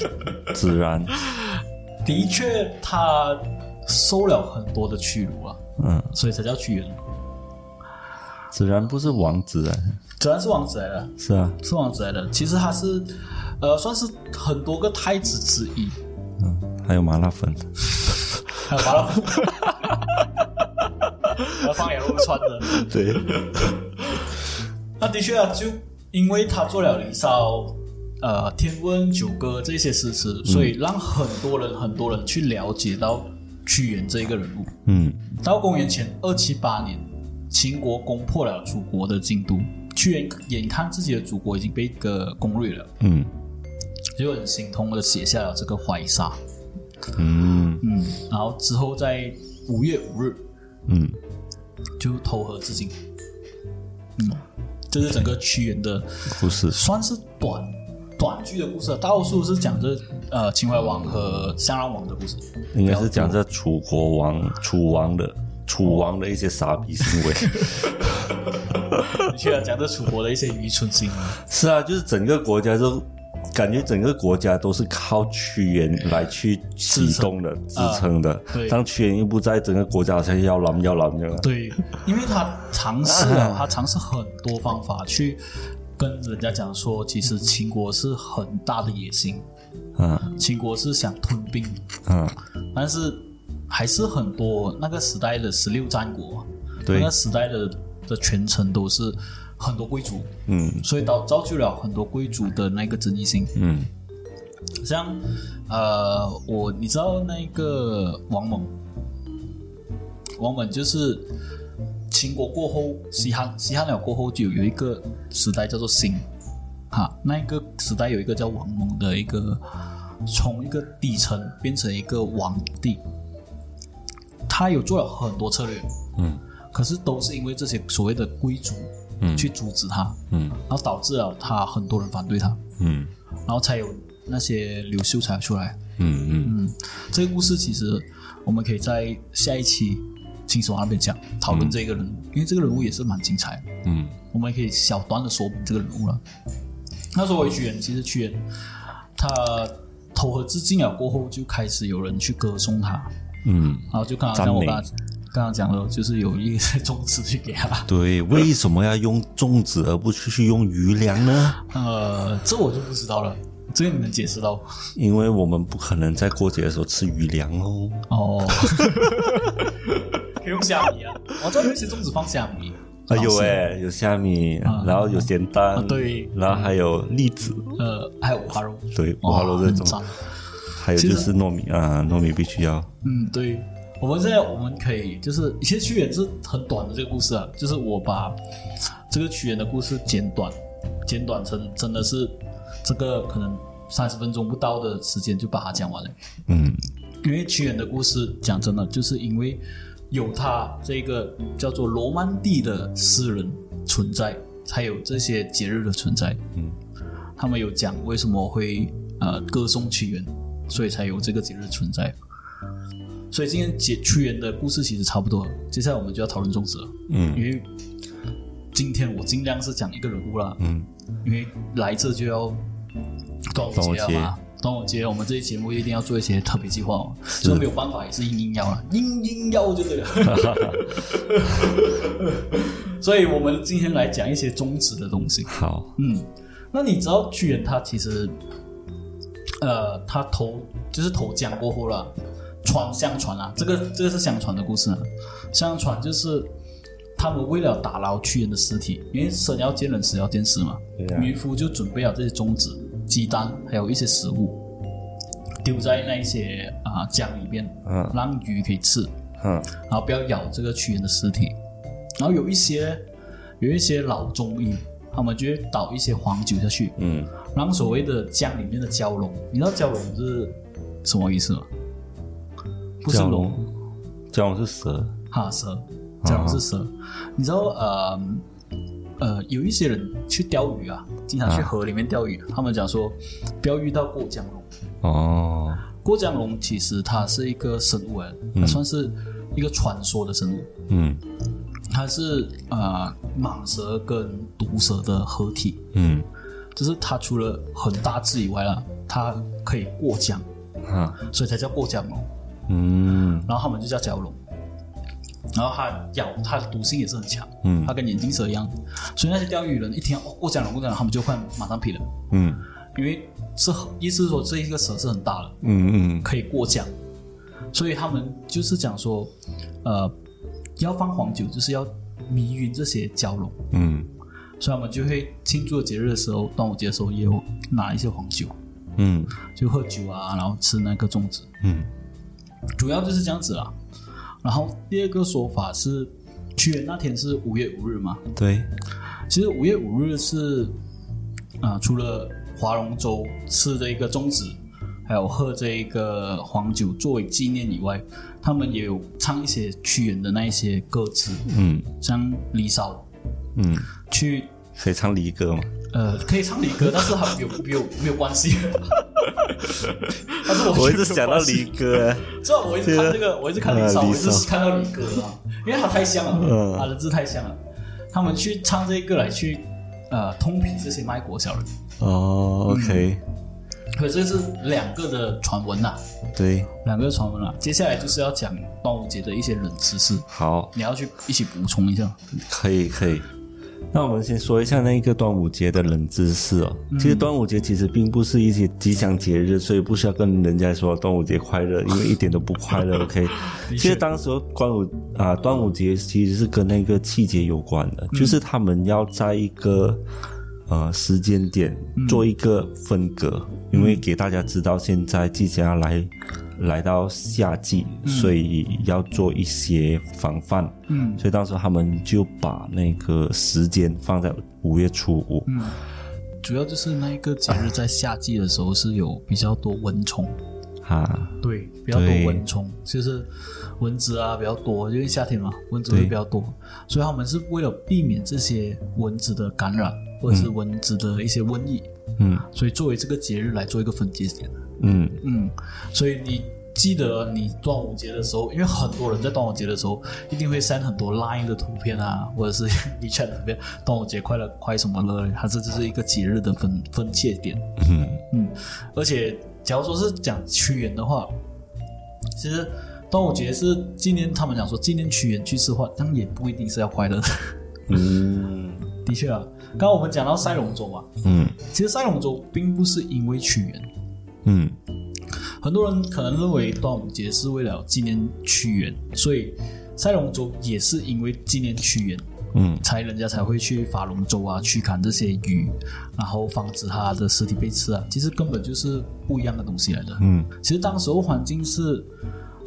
[SPEAKER 2] 自然，
[SPEAKER 1] 的确他受了很多的屈辱啊，
[SPEAKER 2] 嗯，
[SPEAKER 1] 所以才叫屈原。
[SPEAKER 2] 自然不是王子啊，
[SPEAKER 1] 子然是王子来的，
[SPEAKER 2] 是啊，
[SPEAKER 1] 是王子来的，其实他是呃算是很多个太子之 一，
[SPEAKER 2] 嗯，还有麻辣粉，
[SPEAKER 1] 还有麻辣粉，还有放羊肉串的。
[SPEAKER 2] 对，
[SPEAKER 1] 那的确啊，就因为他做了《离骚》、呃《天问》、《九歌》这些诗词，所以让很多人、很多人去了解到屈原这一个人物。
[SPEAKER 2] 嗯
[SPEAKER 1] 到公元前二七八年，秦国攻破了楚国的京都，屈原眼看自己的祖国已经被个攻略了，
[SPEAKER 2] 嗯
[SPEAKER 1] 就很心痛的写下了这个《怀沙》。
[SPEAKER 2] 嗯
[SPEAKER 1] 嗯，然后之后在五月五日
[SPEAKER 2] 嗯，
[SPEAKER 1] 就投河自尽。嗯，这是整个屈原的
[SPEAKER 2] 不是，
[SPEAKER 1] 算是短短剧的故事，大多数是讲这呃秦怀王和襄让王的故事。
[SPEAKER 2] 应该是讲这楚国王、楚王的楚王的一些傻逼行为。
[SPEAKER 1] 你居然讲这楚国的一些愚蠢行为，
[SPEAKER 2] 是啊，就是整个国家都感觉整个国家都是靠屈原来去启动的、支撑的。
[SPEAKER 1] 啊对
[SPEAKER 2] 当屈原一不在，整个国家好像要狼要狼这样。
[SPEAKER 1] 对，因为他尝试
[SPEAKER 2] 嗯
[SPEAKER 1] 了，他尝试很多方法去跟人家讲说，其实秦国是很大的野心，
[SPEAKER 2] 嗯
[SPEAKER 1] 秦国是想吞并你，
[SPEAKER 2] 嗯
[SPEAKER 1] 但是还是很多那个时代的十六战国，啊
[SPEAKER 2] 对
[SPEAKER 1] 那个时代的的权臣都是很多贵族，
[SPEAKER 2] 嗯
[SPEAKER 1] 所以导造就了很多贵族的那个争议性。
[SPEAKER 2] 嗯
[SPEAKER 1] 像呃，我你知道那个王猛，王猛就是秦国过后，西汉西汉了过后，就有一个时代叫做新，哈，那一个时代有一个叫王猛的一个从一个底层变成一个王帝，他有做了很多策略，
[SPEAKER 2] 嗯
[SPEAKER 1] 可是都是因为这些所谓的贵族
[SPEAKER 2] 嗯
[SPEAKER 1] 去阻止他，
[SPEAKER 2] 嗯
[SPEAKER 1] 然后导致了他很多人反对他，
[SPEAKER 2] 嗯
[SPEAKER 1] 然后才有那些刘秀才出来。
[SPEAKER 2] 嗯嗯，
[SPEAKER 1] 嗯，这个故事其实我们可以在下一期秦始皇那边讲讨论这个人物，因为这个人物也是蛮精彩的。
[SPEAKER 2] 嗯
[SPEAKER 1] 我们也可以小段的说明这个人物了。那时候回屈原，其实屈原他投河自尽了过后，就开始有人去歌颂他，
[SPEAKER 2] 嗯，
[SPEAKER 1] 然后就刚刚
[SPEAKER 2] 赞
[SPEAKER 1] 像我
[SPEAKER 2] 美
[SPEAKER 1] 刚刚刚刚讲的，就是有一些 宗旨去给他。
[SPEAKER 2] 对，为什么要用粽子而不是去用余粮呢？
[SPEAKER 1] 呃，这我就不知道了，这个你能解释到
[SPEAKER 2] 因为我们不可能在过节的时候吃余粮哦。
[SPEAKER 1] 哦？ 可以用虾米啊，我知道有一些粽子放虾米。
[SPEAKER 2] 啊，有哎、有虾米，然后有咸蛋、
[SPEAKER 1] 啊对
[SPEAKER 2] 然后还有栗子，
[SPEAKER 1] 呃，还有五花肉，
[SPEAKER 2] 对，五
[SPEAKER 1] 哇
[SPEAKER 2] 花肉这
[SPEAKER 1] 很
[SPEAKER 2] 种
[SPEAKER 1] 赞，
[SPEAKER 2] 还有就是糯米啊，糯米必须要，
[SPEAKER 1] 嗯，对，我们现在我们可以就是，其实屈原是很短的这个故事啊，就是我把这个屈原的故事简短，简短成真的是这个可能三十分钟不到的时间就把它讲完了。
[SPEAKER 2] 嗯
[SPEAKER 1] 因为屈原的故事讲真的，就是因为有他这个叫做罗曼蒂的诗人存在，才有这些节日的存在。
[SPEAKER 2] 嗯，
[SPEAKER 1] 他们有讲为什么会呃歌颂屈原，所以才有这个节日存在。所以今天解屈原的故事其实差不多了，接下来我们就要讨论粽子了。因
[SPEAKER 2] 嗯
[SPEAKER 1] 为今天我尽量是讲一个人物啦，
[SPEAKER 2] 嗯，
[SPEAKER 1] 因为来这就要端午节了嘛。端午节，我们这期节目一定要做一些特别计划嘛，哦所以没有办法也是硬硬要了，硬硬要就对了。 所以我们今天来讲一些宗旨的东西。
[SPEAKER 2] 好，
[SPEAKER 1] 嗯，那你知道屈原他其实，呃，他投就是投江过后了，传相传啊，这个这个是相传的故事啊，相传就是他们为了打捞屈原的尸体，因为生要见人，死要见尸嘛，
[SPEAKER 2] 对啊
[SPEAKER 1] 渔夫就准备了这些粽子、鸡蛋，还有一些食物，丢在那一些啊、江里面，
[SPEAKER 2] 嗯
[SPEAKER 1] 让鱼可以吃。
[SPEAKER 2] 嗯
[SPEAKER 1] 然后不要咬这个屈原的尸体。然后有一些有一些老中医，他们就会倒一些黄酒下去，
[SPEAKER 2] 嗯，
[SPEAKER 1] 让所谓的江里面的蛟龙，你知道蛟龙是什么意思吗？不是
[SPEAKER 2] 蛟
[SPEAKER 1] 龙，，啊
[SPEAKER 2] 蛟龙是蛇，
[SPEAKER 1] 哈蛇，蛟龙是蛇。你知道呃呃，有一些人去钓鱼啊，经常去河里面钓鱼，他们讲说不要遇到过江龙。
[SPEAKER 2] 哦，
[SPEAKER 1] 过江龙其实它是一个生物来的，它算是一个传说的生物。
[SPEAKER 2] 嗯
[SPEAKER 1] 它是呃蟒蛇跟毒蛇的合体，
[SPEAKER 2] 嗯
[SPEAKER 1] 就是它除了很大只以外啦，它可以过江，
[SPEAKER 2] 啊
[SPEAKER 1] 所以才叫过江龙。
[SPEAKER 2] 嗯
[SPEAKER 1] 然后它们就叫蛟龙。然后它咬它的毒性也是很强，
[SPEAKER 2] 嗯
[SPEAKER 1] 它跟眼镜蛇一样，所以那些钓鱼人一听到哦过江龙过江龙，他们就会马上劈了，
[SPEAKER 2] 嗯
[SPEAKER 1] 因为是意思是说这一个蛇是很大的，
[SPEAKER 2] 嗯嗯
[SPEAKER 1] 可以过江，所以他们就是讲说，呃，要放黄酒就是要迷晕这些蛟龙。
[SPEAKER 2] 嗯
[SPEAKER 1] 所以我们就会庆祝节日的时候，端午节的时候也有拿一些黄酒，
[SPEAKER 2] 嗯
[SPEAKER 1] 就喝酒啊，然后吃那个粽子，
[SPEAKER 2] 嗯
[SPEAKER 1] 主要就是这样子啦。然后第二个说法是，屈原那天是五月五日嘛，
[SPEAKER 2] 对，
[SPEAKER 1] 其实五月五日是啊、除了划龙舟吃这一个粽子，还有喝这一个黄酒作为纪念以外，他们也有唱一些屈原的那一些歌词，
[SPEAKER 2] 嗯
[SPEAKER 1] 像《离骚》
[SPEAKER 2] 嗯，
[SPEAKER 1] 去
[SPEAKER 2] 谁唱离歌嘛？
[SPEAKER 1] 呃，可以唱离歌，但是它没有没有没有关 系。但是我
[SPEAKER 2] 我一直想到离，歌，
[SPEAKER 1] 知道我一直看这个，我一直看离骚，
[SPEAKER 2] 呃
[SPEAKER 1] 我
[SPEAKER 2] 离
[SPEAKER 1] 一
[SPEAKER 2] 骚
[SPEAKER 1] 直看到离歌啊，因为它太像了，
[SPEAKER 2] 嗯
[SPEAKER 1] 它的字太像了。他们去唱这个来去呃通评这些卖国小人，
[SPEAKER 2] 哦，OK，
[SPEAKER 1] 可这是两个的传闻呐、
[SPEAKER 2] 对，
[SPEAKER 1] 两个传闻啦、接下来就是要讲端午节的一些冷知识，
[SPEAKER 2] 好，
[SPEAKER 1] 你要去一起补充一下。
[SPEAKER 2] 可以可以。那我们先说一下那个端午节的冷知识哦。其实端午节其实并不是一些吉祥节日，所以不需要跟人家说端午节快乐，因为一点都不快 乐。OK，其实当时候端午啊，端午节其实是跟那个气节有关的，就是他们要在一个呃时间点做一个分隔，因为给大家知道现在即将要来来到夏季，所以要做一些防范。
[SPEAKER 1] 嗯
[SPEAKER 2] 所以当时他们就把那个时间放在五月初五。
[SPEAKER 1] 嗯主要就是那一个节日在夏季的时候是有比较多蚊虫，
[SPEAKER 2] 哈，
[SPEAKER 1] 对，比较多
[SPEAKER 2] 对
[SPEAKER 1] 蚊虫，就是蚊子啊比较多，因为夏天嘛，蚊子会
[SPEAKER 2] 对
[SPEAKER 1] 比较多，所以他们是为了避免这些蚊子的感染或者是蚊子的一些瘟疫，
[SPEAKER 2] 嗯
[SPEAKER 1] 所以作为这个节日来做一个分界点。
[SPEAKER 2] 嗯，
[SPEAKER 1] 嗯，所以你记得你端午节的时候，因为很多人在端午节的时候一定会 send 很多 Line 的图片啊，或者是 WeChat 的图片，端午节快乐，快什么了？它这就是一个节日的分分界点。
[SPEAKER 2] 嗯
[SPEAKER 1] 嗯，而且假如说是讲屈原的话，其实端午节是纪念他们讲说纪念屈原去世化，但也不一定是要快乐的。
[SPEAKER 2] 嗯
[SPEAKER 1] 的确啊，刚刚我们讲到赛龙舟嘛，
[SPEAKER 2] 嗯
[SPEAKER 1] 其实赛龙舟并不是因为屈原，
[SPEAKER 2] 嗯
[SPEAKER 1] 很多人可能认为端午节是为了纪念屈原，所以赛龙舟也是因为纪念屈原，
[SPEAKER 2] 嗯
[SPEAKER 1] 才人家才会去划龙舟啊，去砍这些鱼，然后防止它的尸体被吃啊。其实根本就是不一样的东西来的。
[SPEAKER 2] 嗯
[SPEAKER 1] 其实当时候环境是，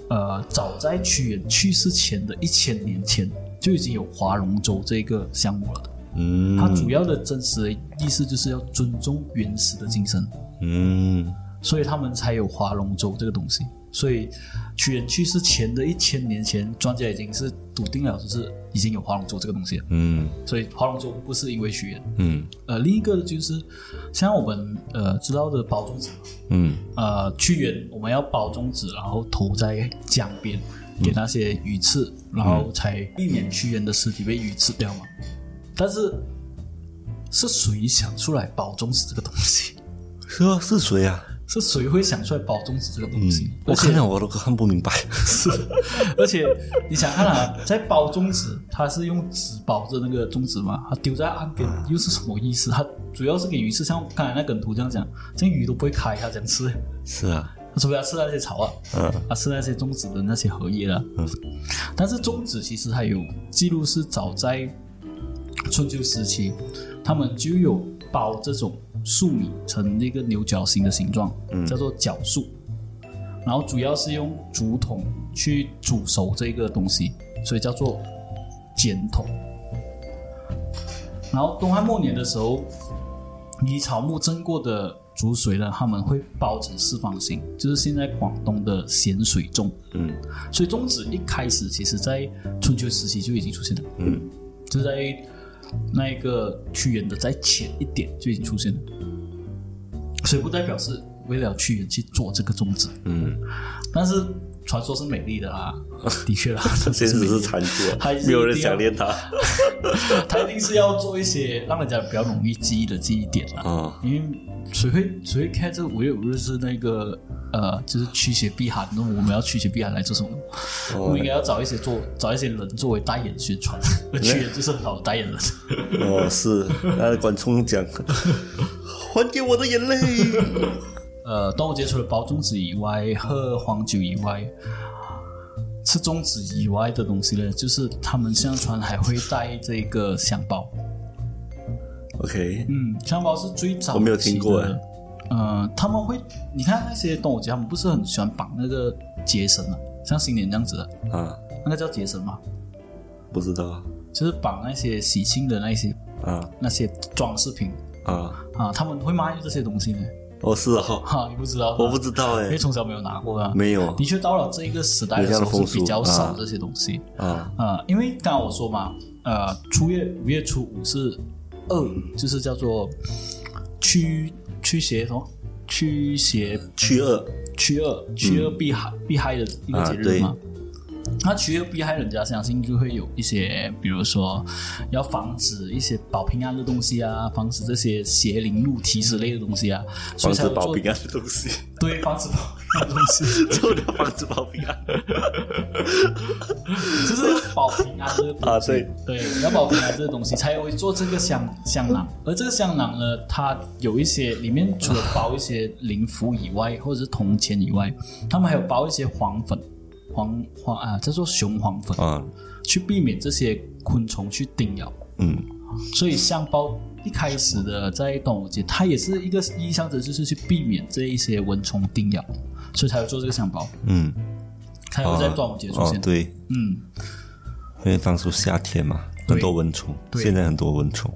[SPEAKER 1] 呃，早在屈原去世前的一千年前就已经有划龙舟这个项目了。
[SPEAKER 2] 嗯，
[SPEAKER 1] 它主要的真实的意思就是要尊重原始的精神。
[SPEAKER 2] 嗯
[SPEAKER 1] 所以他们才有划龙舟这个东西。所以屈原去世前的一千年前，专家已经是笃定了，就是已经有划龙舟这个东西了。
[SPEAKER 2] 嗯
[SPEAKER 1] 所以划龙舟不是因为屈原。
[SPEAKER 2] 嗯
[SPEAKER 1] 呃，另一个就是像我们呃知道的包粽子，
[SPEAKER 2] 嗯
[SPEAKER 1] 呃，屈原我们要包粽子，然后投在江边给那些鱼吃，然后才避免屈原的尸体被鱼吃掉嘛。但是是谁想出来包粽子这个东西？
[SPEAKER 2] 是啊，是谁啊？
[SPEAKER 1] 是谁会想出来包粽子这个东西？
[SPEAKER 2] 嗯，我看了我都看不明白。
[SPEAKER 1] 而且你想看啊，在包粽子，它是用纸包着那个粽子嘛，它丢在岸边又是什么意思？它主要是给鱼吃，像刚才那梗图这样讲，这鱼都不会开，它怎样吃？
[SPEAKER 2] 是啊，
[SPEAKER 1] 它除非它吃那些草啊，
[SPEAKER 2] 嗯
[SPEAKER 1] 它吃那些粽子的那些荷叶啊。
[SPEAKER 2] 嗯
[SPEAKER 1] 但是粽子其实还有记录是早在春秋时期，他们就有包这种粟米成那个牛角形的形状，
[SPEAKER 2] 嗯
[SPEAKER 1] 叫做角粟。然后主要是用竹筒去煮熟这个东西，所以叫做碱筒。然后东汉末年的时候，以草木蒸过的竹水呢，他们会包成四方形，就是现在广东的咸水粽。
[SPEAKER 2] 嗯
[SPEAKER 1] 所以粽子一开始其实在春秋时期就已经出现了，
[SPEAKER 2] 嗯
[SPEAKER 1] 就在那一个屈原的在前一点就已经出现了，所以不代表是为了屈原去做这个粽子，
[SPEAKER 2] 嗯，
[SPEAKER 1] 但是传说是美丽的啦，的确 啦，传说
[SPEAKER 2] 现
[SPEAKER 1] 是美
[SPEAKER 2] 实
[SPEAKER 1] 丽
[SPEAKER 2] 是
[SPEAKER 1] 的
[SPEAKER 2] 残酷啊
[SPEAKER 1] 还是，
[SPEAKER 2] 没有人
[SPEAKER 1] 一定要
[SPEAKER 2] 想念他。
[SPEAKER 1] 他一定是要做一些让人家比较容易记忆的记忆点啦。
[SPEAKER 2] 啊，
[SPEAKER 1] 因为谁会谁会看这五月五日是那个呃，就是驱邪避寒？那我们要驱邪避寒来做什么？我们应该要找一些做找一些人作为代言宣传，屈原就是很好的代言人。
[SPEAKER 2] 哦，是，那管冲讲， 还给我的眼 泪。
[SPEAKER 1] 呃，端午节除了包粽子以外，喝黄酒以外，吃粽子以外的东西呢，就是他们相传还会带这个香包。
[SPEAKER 2] OK，
[SPEAKER 1] 嗯，香包是最早
[SPEAKER 2] 我没有
[SPEAKER 1] 期
[SPEAKER 2] 听过
[SPEAKER 1] 的
[SPEAKER 2] 哎。
[SPEAKER 1] 呃，他们会，你看那些端午节，他们不是很喜欢绑那个结绳啊，像新年这样子的，
[SPEAKER 2] 啊，
[SPEAKER 1] 那个叫结绳嘛，
[SPEAKER 2] 不知道
[SPEAKER 1] 就是绑那些喜庆的那些
[SPEAKER 2] 啊
[SPEAKER 1] 那些装饰品
[SPEAKER 2] 啊，
[SPEAKER 1] 啊，他们会卖这些东西呢。
[SPEAKER 2] 哦是哦，
[SPEAKER 1] 哈、你不知道吗？啊
[SPEAKER 2] 我不知道
[SPEAKER 1] 因
[SPEAKER 2] 哎
[SPEAKER 1] 为，从小没有拿过啊。
[SPEAKER 2] 没有
[SPEAKER 1] 的确，到了这一个时代的
[SPEAKER 2] 有这
[SPEAKER 1] 时
[SPEAKER 2] 样的
[SPEAKER 1] 候是比
[SPEAKER 2] 风俗
[SPEAKER 1] 较少
[SPEAKER 2] 啊
[SPEAKER 1] 这些东西。
[SPEAKER 2] 啊，
[SPEAKER 1] 呃，因为刚刚我说嘛，呃，初月五月初五是二，就是叫做驱驱邪什么驱邪
[SPEAKER 2] 去二
[SPEAKER 1] 驱恶驱恶避害、避害的一个节日嘛。
[SPEAKER 2] 嗯啊
[SPEAKER 1] 那驱恶避害，人家相信就会有一些，比如说要防止一些保平安的东西啊，防止这些邪灵入体之类的东西啊，所
[SPEAKER 2] 防
[SPEAKER 1] 以才
[SPEAKER 2] 止
[SPEAKER 1] 有
[SPEAKER 2] 保
[SPEAKER 1] 做
[SPEAKER 2] 平安的东 西，
[SPEAKER 1] 对防止保平安的东西。
[SPEAKER 2] 就要防止保平安。
[SPEAKER 1] 就是保平安这个东西
[SPEAKER 2] 啊对
[SPEAKER 1] 对，要保平安这个东西才会做这个香香囊，而这个香囊呢，它有一些里面除了包一些灵符以外，或者是铜钱以外，他们还有包一些黄粉，黄黄啊叫做雄黄粉，
[SPEAKER 2] 啊，
[SPEAKER 1] 去避免这些昆虫去叮咬。
[SPEAKER 2] 嗯
[SPEAKER 1] 所以香包一开始的在端午节，它也是一个意义象征，就是去避免这一些蚊虫叮咬，所以才会做这个香包，
[SPEAKER 2] 嗯，
[SPEAKER 1] 才会在端午节出
[SPEAKER 2] 哦
[SPEAKER 1] 现。
[SPEAKER 2] 对，
[SPEAKER 1] 嗯。
[SPEAKER 2] 因为当初夏天嘛，
[SPEAKER 1] 对
[SPEAKER 2] 很多蚊虫，
[SPEAKER 1] 对
[SPEAKER 2] 现在很多蚊虫。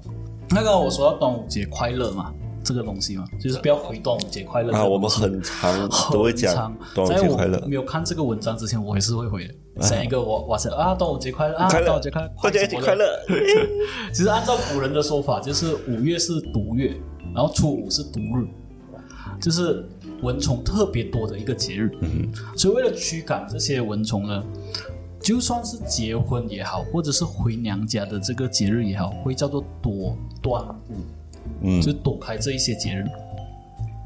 [SPEAKER 1] 那个我说到端午节快乐嘛，这个东西嘛，就是不要回端午节快乐
[SPEAKER 2] 啊，我们很常都会讲端午
[SPEAKER 1] 在
[SPEAKER 2] 节
[SPEAKER 1] 我
[SPEAKER 2] 快乐，哎
[SPEAKER 1] 没有看这个文章之前，我也是会回的，写一个我哇塞啊，端午节快乐啊，
[SPEAKER 2] 快乐
[SPEAKER 1] 端午节快乐，
[SPEAKER 2] 大家一起快乐。
[SPEAKER 1] 其实按照古人的说法，就是五月是毒月，然后初五是毒日，就是蚊虫特别多的一个节日。所以为了驱赶这些蚊虫呢，就算是结婚也好，或者是回娘家的这个节日也好，会叫做躲端午。
[SPEAKER 2] 嗯
[SPEAKER 1] 就躲开这一些节日。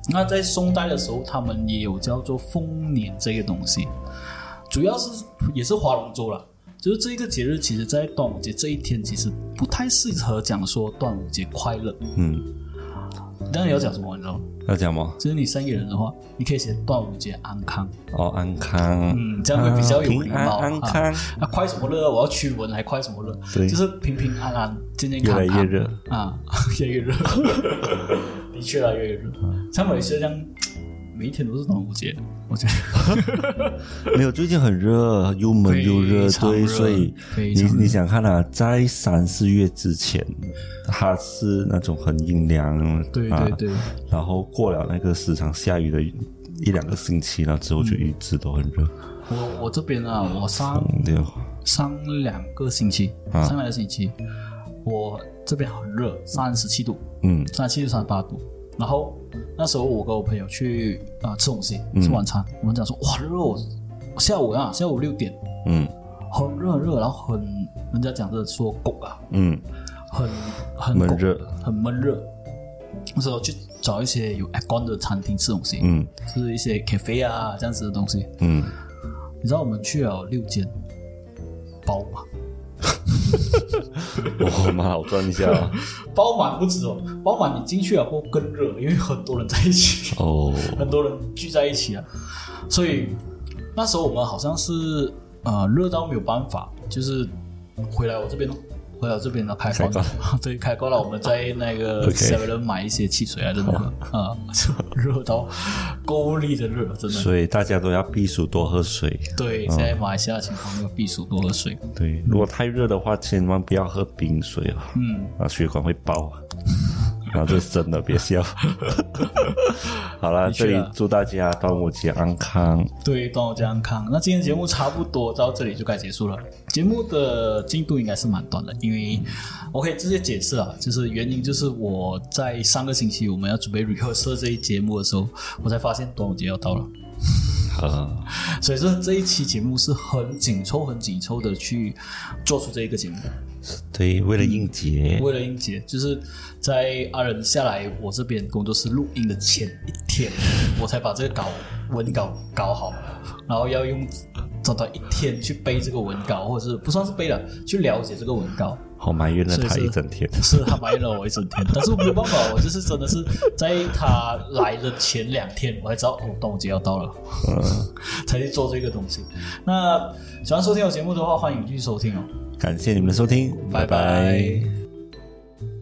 [SPEAKER 1] 那在宋代的时候，他们也有叫做丰年这个东西，主要是也是划龙舟啦。就是这一个节日，其实在端午节这一天，其实不太适合讲说端午节快乐。
[SPEAKER 2] 嗯，
[SPEAKER 1] 当然你要讲什么，你知道吗？
[SPEAKER 2] 要讲吗？
[SPEAKER 1] 就是你生给人的话，你可以写端午节安康，
[SPEAKER 2] 哦，安康，
[SPEAKER 1] 嗯，这样会比较有
[SPEAKER 2] 啊
[SPEAKER 1] 礼
[SPEAKER 2] 平
[SPEAKER 1] 貌
[SPEAKER 2] 安安康，
[SPEAKER 1] 啊，快什么乐？我要驱蚊，还快什么乐？
[SPEAKER 2] 对
[SPEAKER 1] 就是平平安安、健健康康。
[SPEAKER 2] 越来越热
[SPEAKER 1] 啊， 越来越热，的确啦，越来越热。像马来西亚这样，每一天都是端午节，我觉得
[SPEAKER 2] 没有，最近很热，又闷又热
[SPEAKER 1] 非，常
[SPEAKER 2] 对，
[SPEAKER 1] 热
[SPEAKER 2] 所以
[SPEAKER 1] 非
[SPEAKER 2] 你
[SPEAKER 1] 常热
[SPEAKER 2] 你想看啊，在三四月之前，它是那种很阴凉，
[SPEAKER 1] 对
[SPEAKER 2] 啊
[SPEAKER 1] 对对，
[SPEAKER 2] 然后过了那个时常下雨的一两个星期了之后，就一直都很热，
[SPEAKER 1] 我我这边啊，我上
[SPEAKER 2] 嗯对哦，
[SPEAKER 1] 上两个星期，
[SPEAKER 2] 啊
[SPEAKER 1] 上两个星期，我这边很热，三十七度，
[SPEAKER 2] 嗯
[SPEAKER 1] 三十七度、三十八度。然后那时候我跟我朋友去啊、呃吃东西，
[SPEAKER 2] 嗯
[SPEAKER 1] 吃晚餐，我们讲说哇热哦，下午啊下午六点
[SPEAKER 2] 嗯
[SPEAKER 1] 很热很热，然后很人家讲的说狗啊，
[SPEAKER 2] 嗯，
[SPEAKER 1] 很很
[SPEAKER 2] 闷
[SPEAKER 1] 狗
[SPEAKER 2] 热，
[SPEAKER 1] 很闷热。那时候去找一些有 aircon 的餐厅吃东西，
[SPEAKER 2] 嗯
[SPEAKER 1] 就是一些 cafe 啊这样子的东西。
[SPEAKER 2] 嗯，
[SPEAKER 1] 你知道我们去了六间，包满，
[SPEAKER 2] 我妈，我转一下 啊
[SPEAKER 1] 包满不止哦，包满你进去了过后更热，因为很多人在一起，
[SPEAKER 2] 哦，
[SPEAKER 1] 很多人聚在一起啊，所以那时候我们好像是呃热到没有办法，就是回来我这边咯。回来我这边呢，开关
[SPEAKER 2] 开
[SPEAKER 1] 对开关了。我们在那个
[SPEAKER 2] OK
[SPEAKER 1] 小 e 买一些汽水啊，真的啊， 就热到够力的热，真的。
[SPEAKER 2] 所以大家都要避暑，多喝水。
[SPEAKER 1] 对，现在马来西亚情况要避暑多喝水。
[SPEAKER 2] 对，如果太热的话，千万不要喝冰水啊，
[SPEAKER 1] 嗯，
[SPEAKER 2] 啊，血管会爆 啊。然后这是真的，别笑。好了，这
[SPEAKER 1] 确啊
[SPEAKER 2] 里祝大家端午节安康。
[SPEAKER 1] 对，端午节安康。那今天节目差不多到这里就该结束了。节目的进度应该是蛮短的，因为我可以直接解释啊，就是原因就是我在上个星期我们要准备 rehearsal 这一节目的时候，我才发现端午节要到了，
[SPEAKER 2] 啊，
[SPEAKER 1] 所以说这一期节目是很紧凑、很紧凑的去做出这一个节目。
[SPEAKER 2] 对，为了应节，
[SPEAKER 1] 为了应节，就是在阿仁下来我这边工作室录音的前一天，我才把这个稿文稿搞好，然后要用短短一天去背这个文稿，或者是不算是背了，去了解这个文稿。
[SPEAKER 2] 好埋怨了他
[SPEAKER 1] 所以
[SPEAKER 2] 一
[SPEAKER 1] 是
[SPEAKER 2] 整天。
[SPEAKER 1] 是他埋怨了我一整天，但是我没有办法，我就是真的是在他来的前两天，我才知道哦，端午节要到了， 才去做这个东西。那喜欢收听我节目的话，欢迎继续收听哦，
[SPEAKER 2] 感谢你们的收听，
[SPEAKER 1] 拜
[SPEAKER 2] 拜
[SPEAKER 1] 拜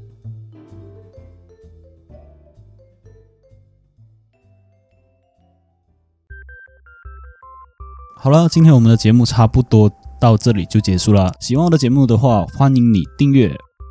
[SPEAKER 1] 好了，今天我们的节目差不多到这里就结束了。喜欢我的节目的话，欢迎你订阅、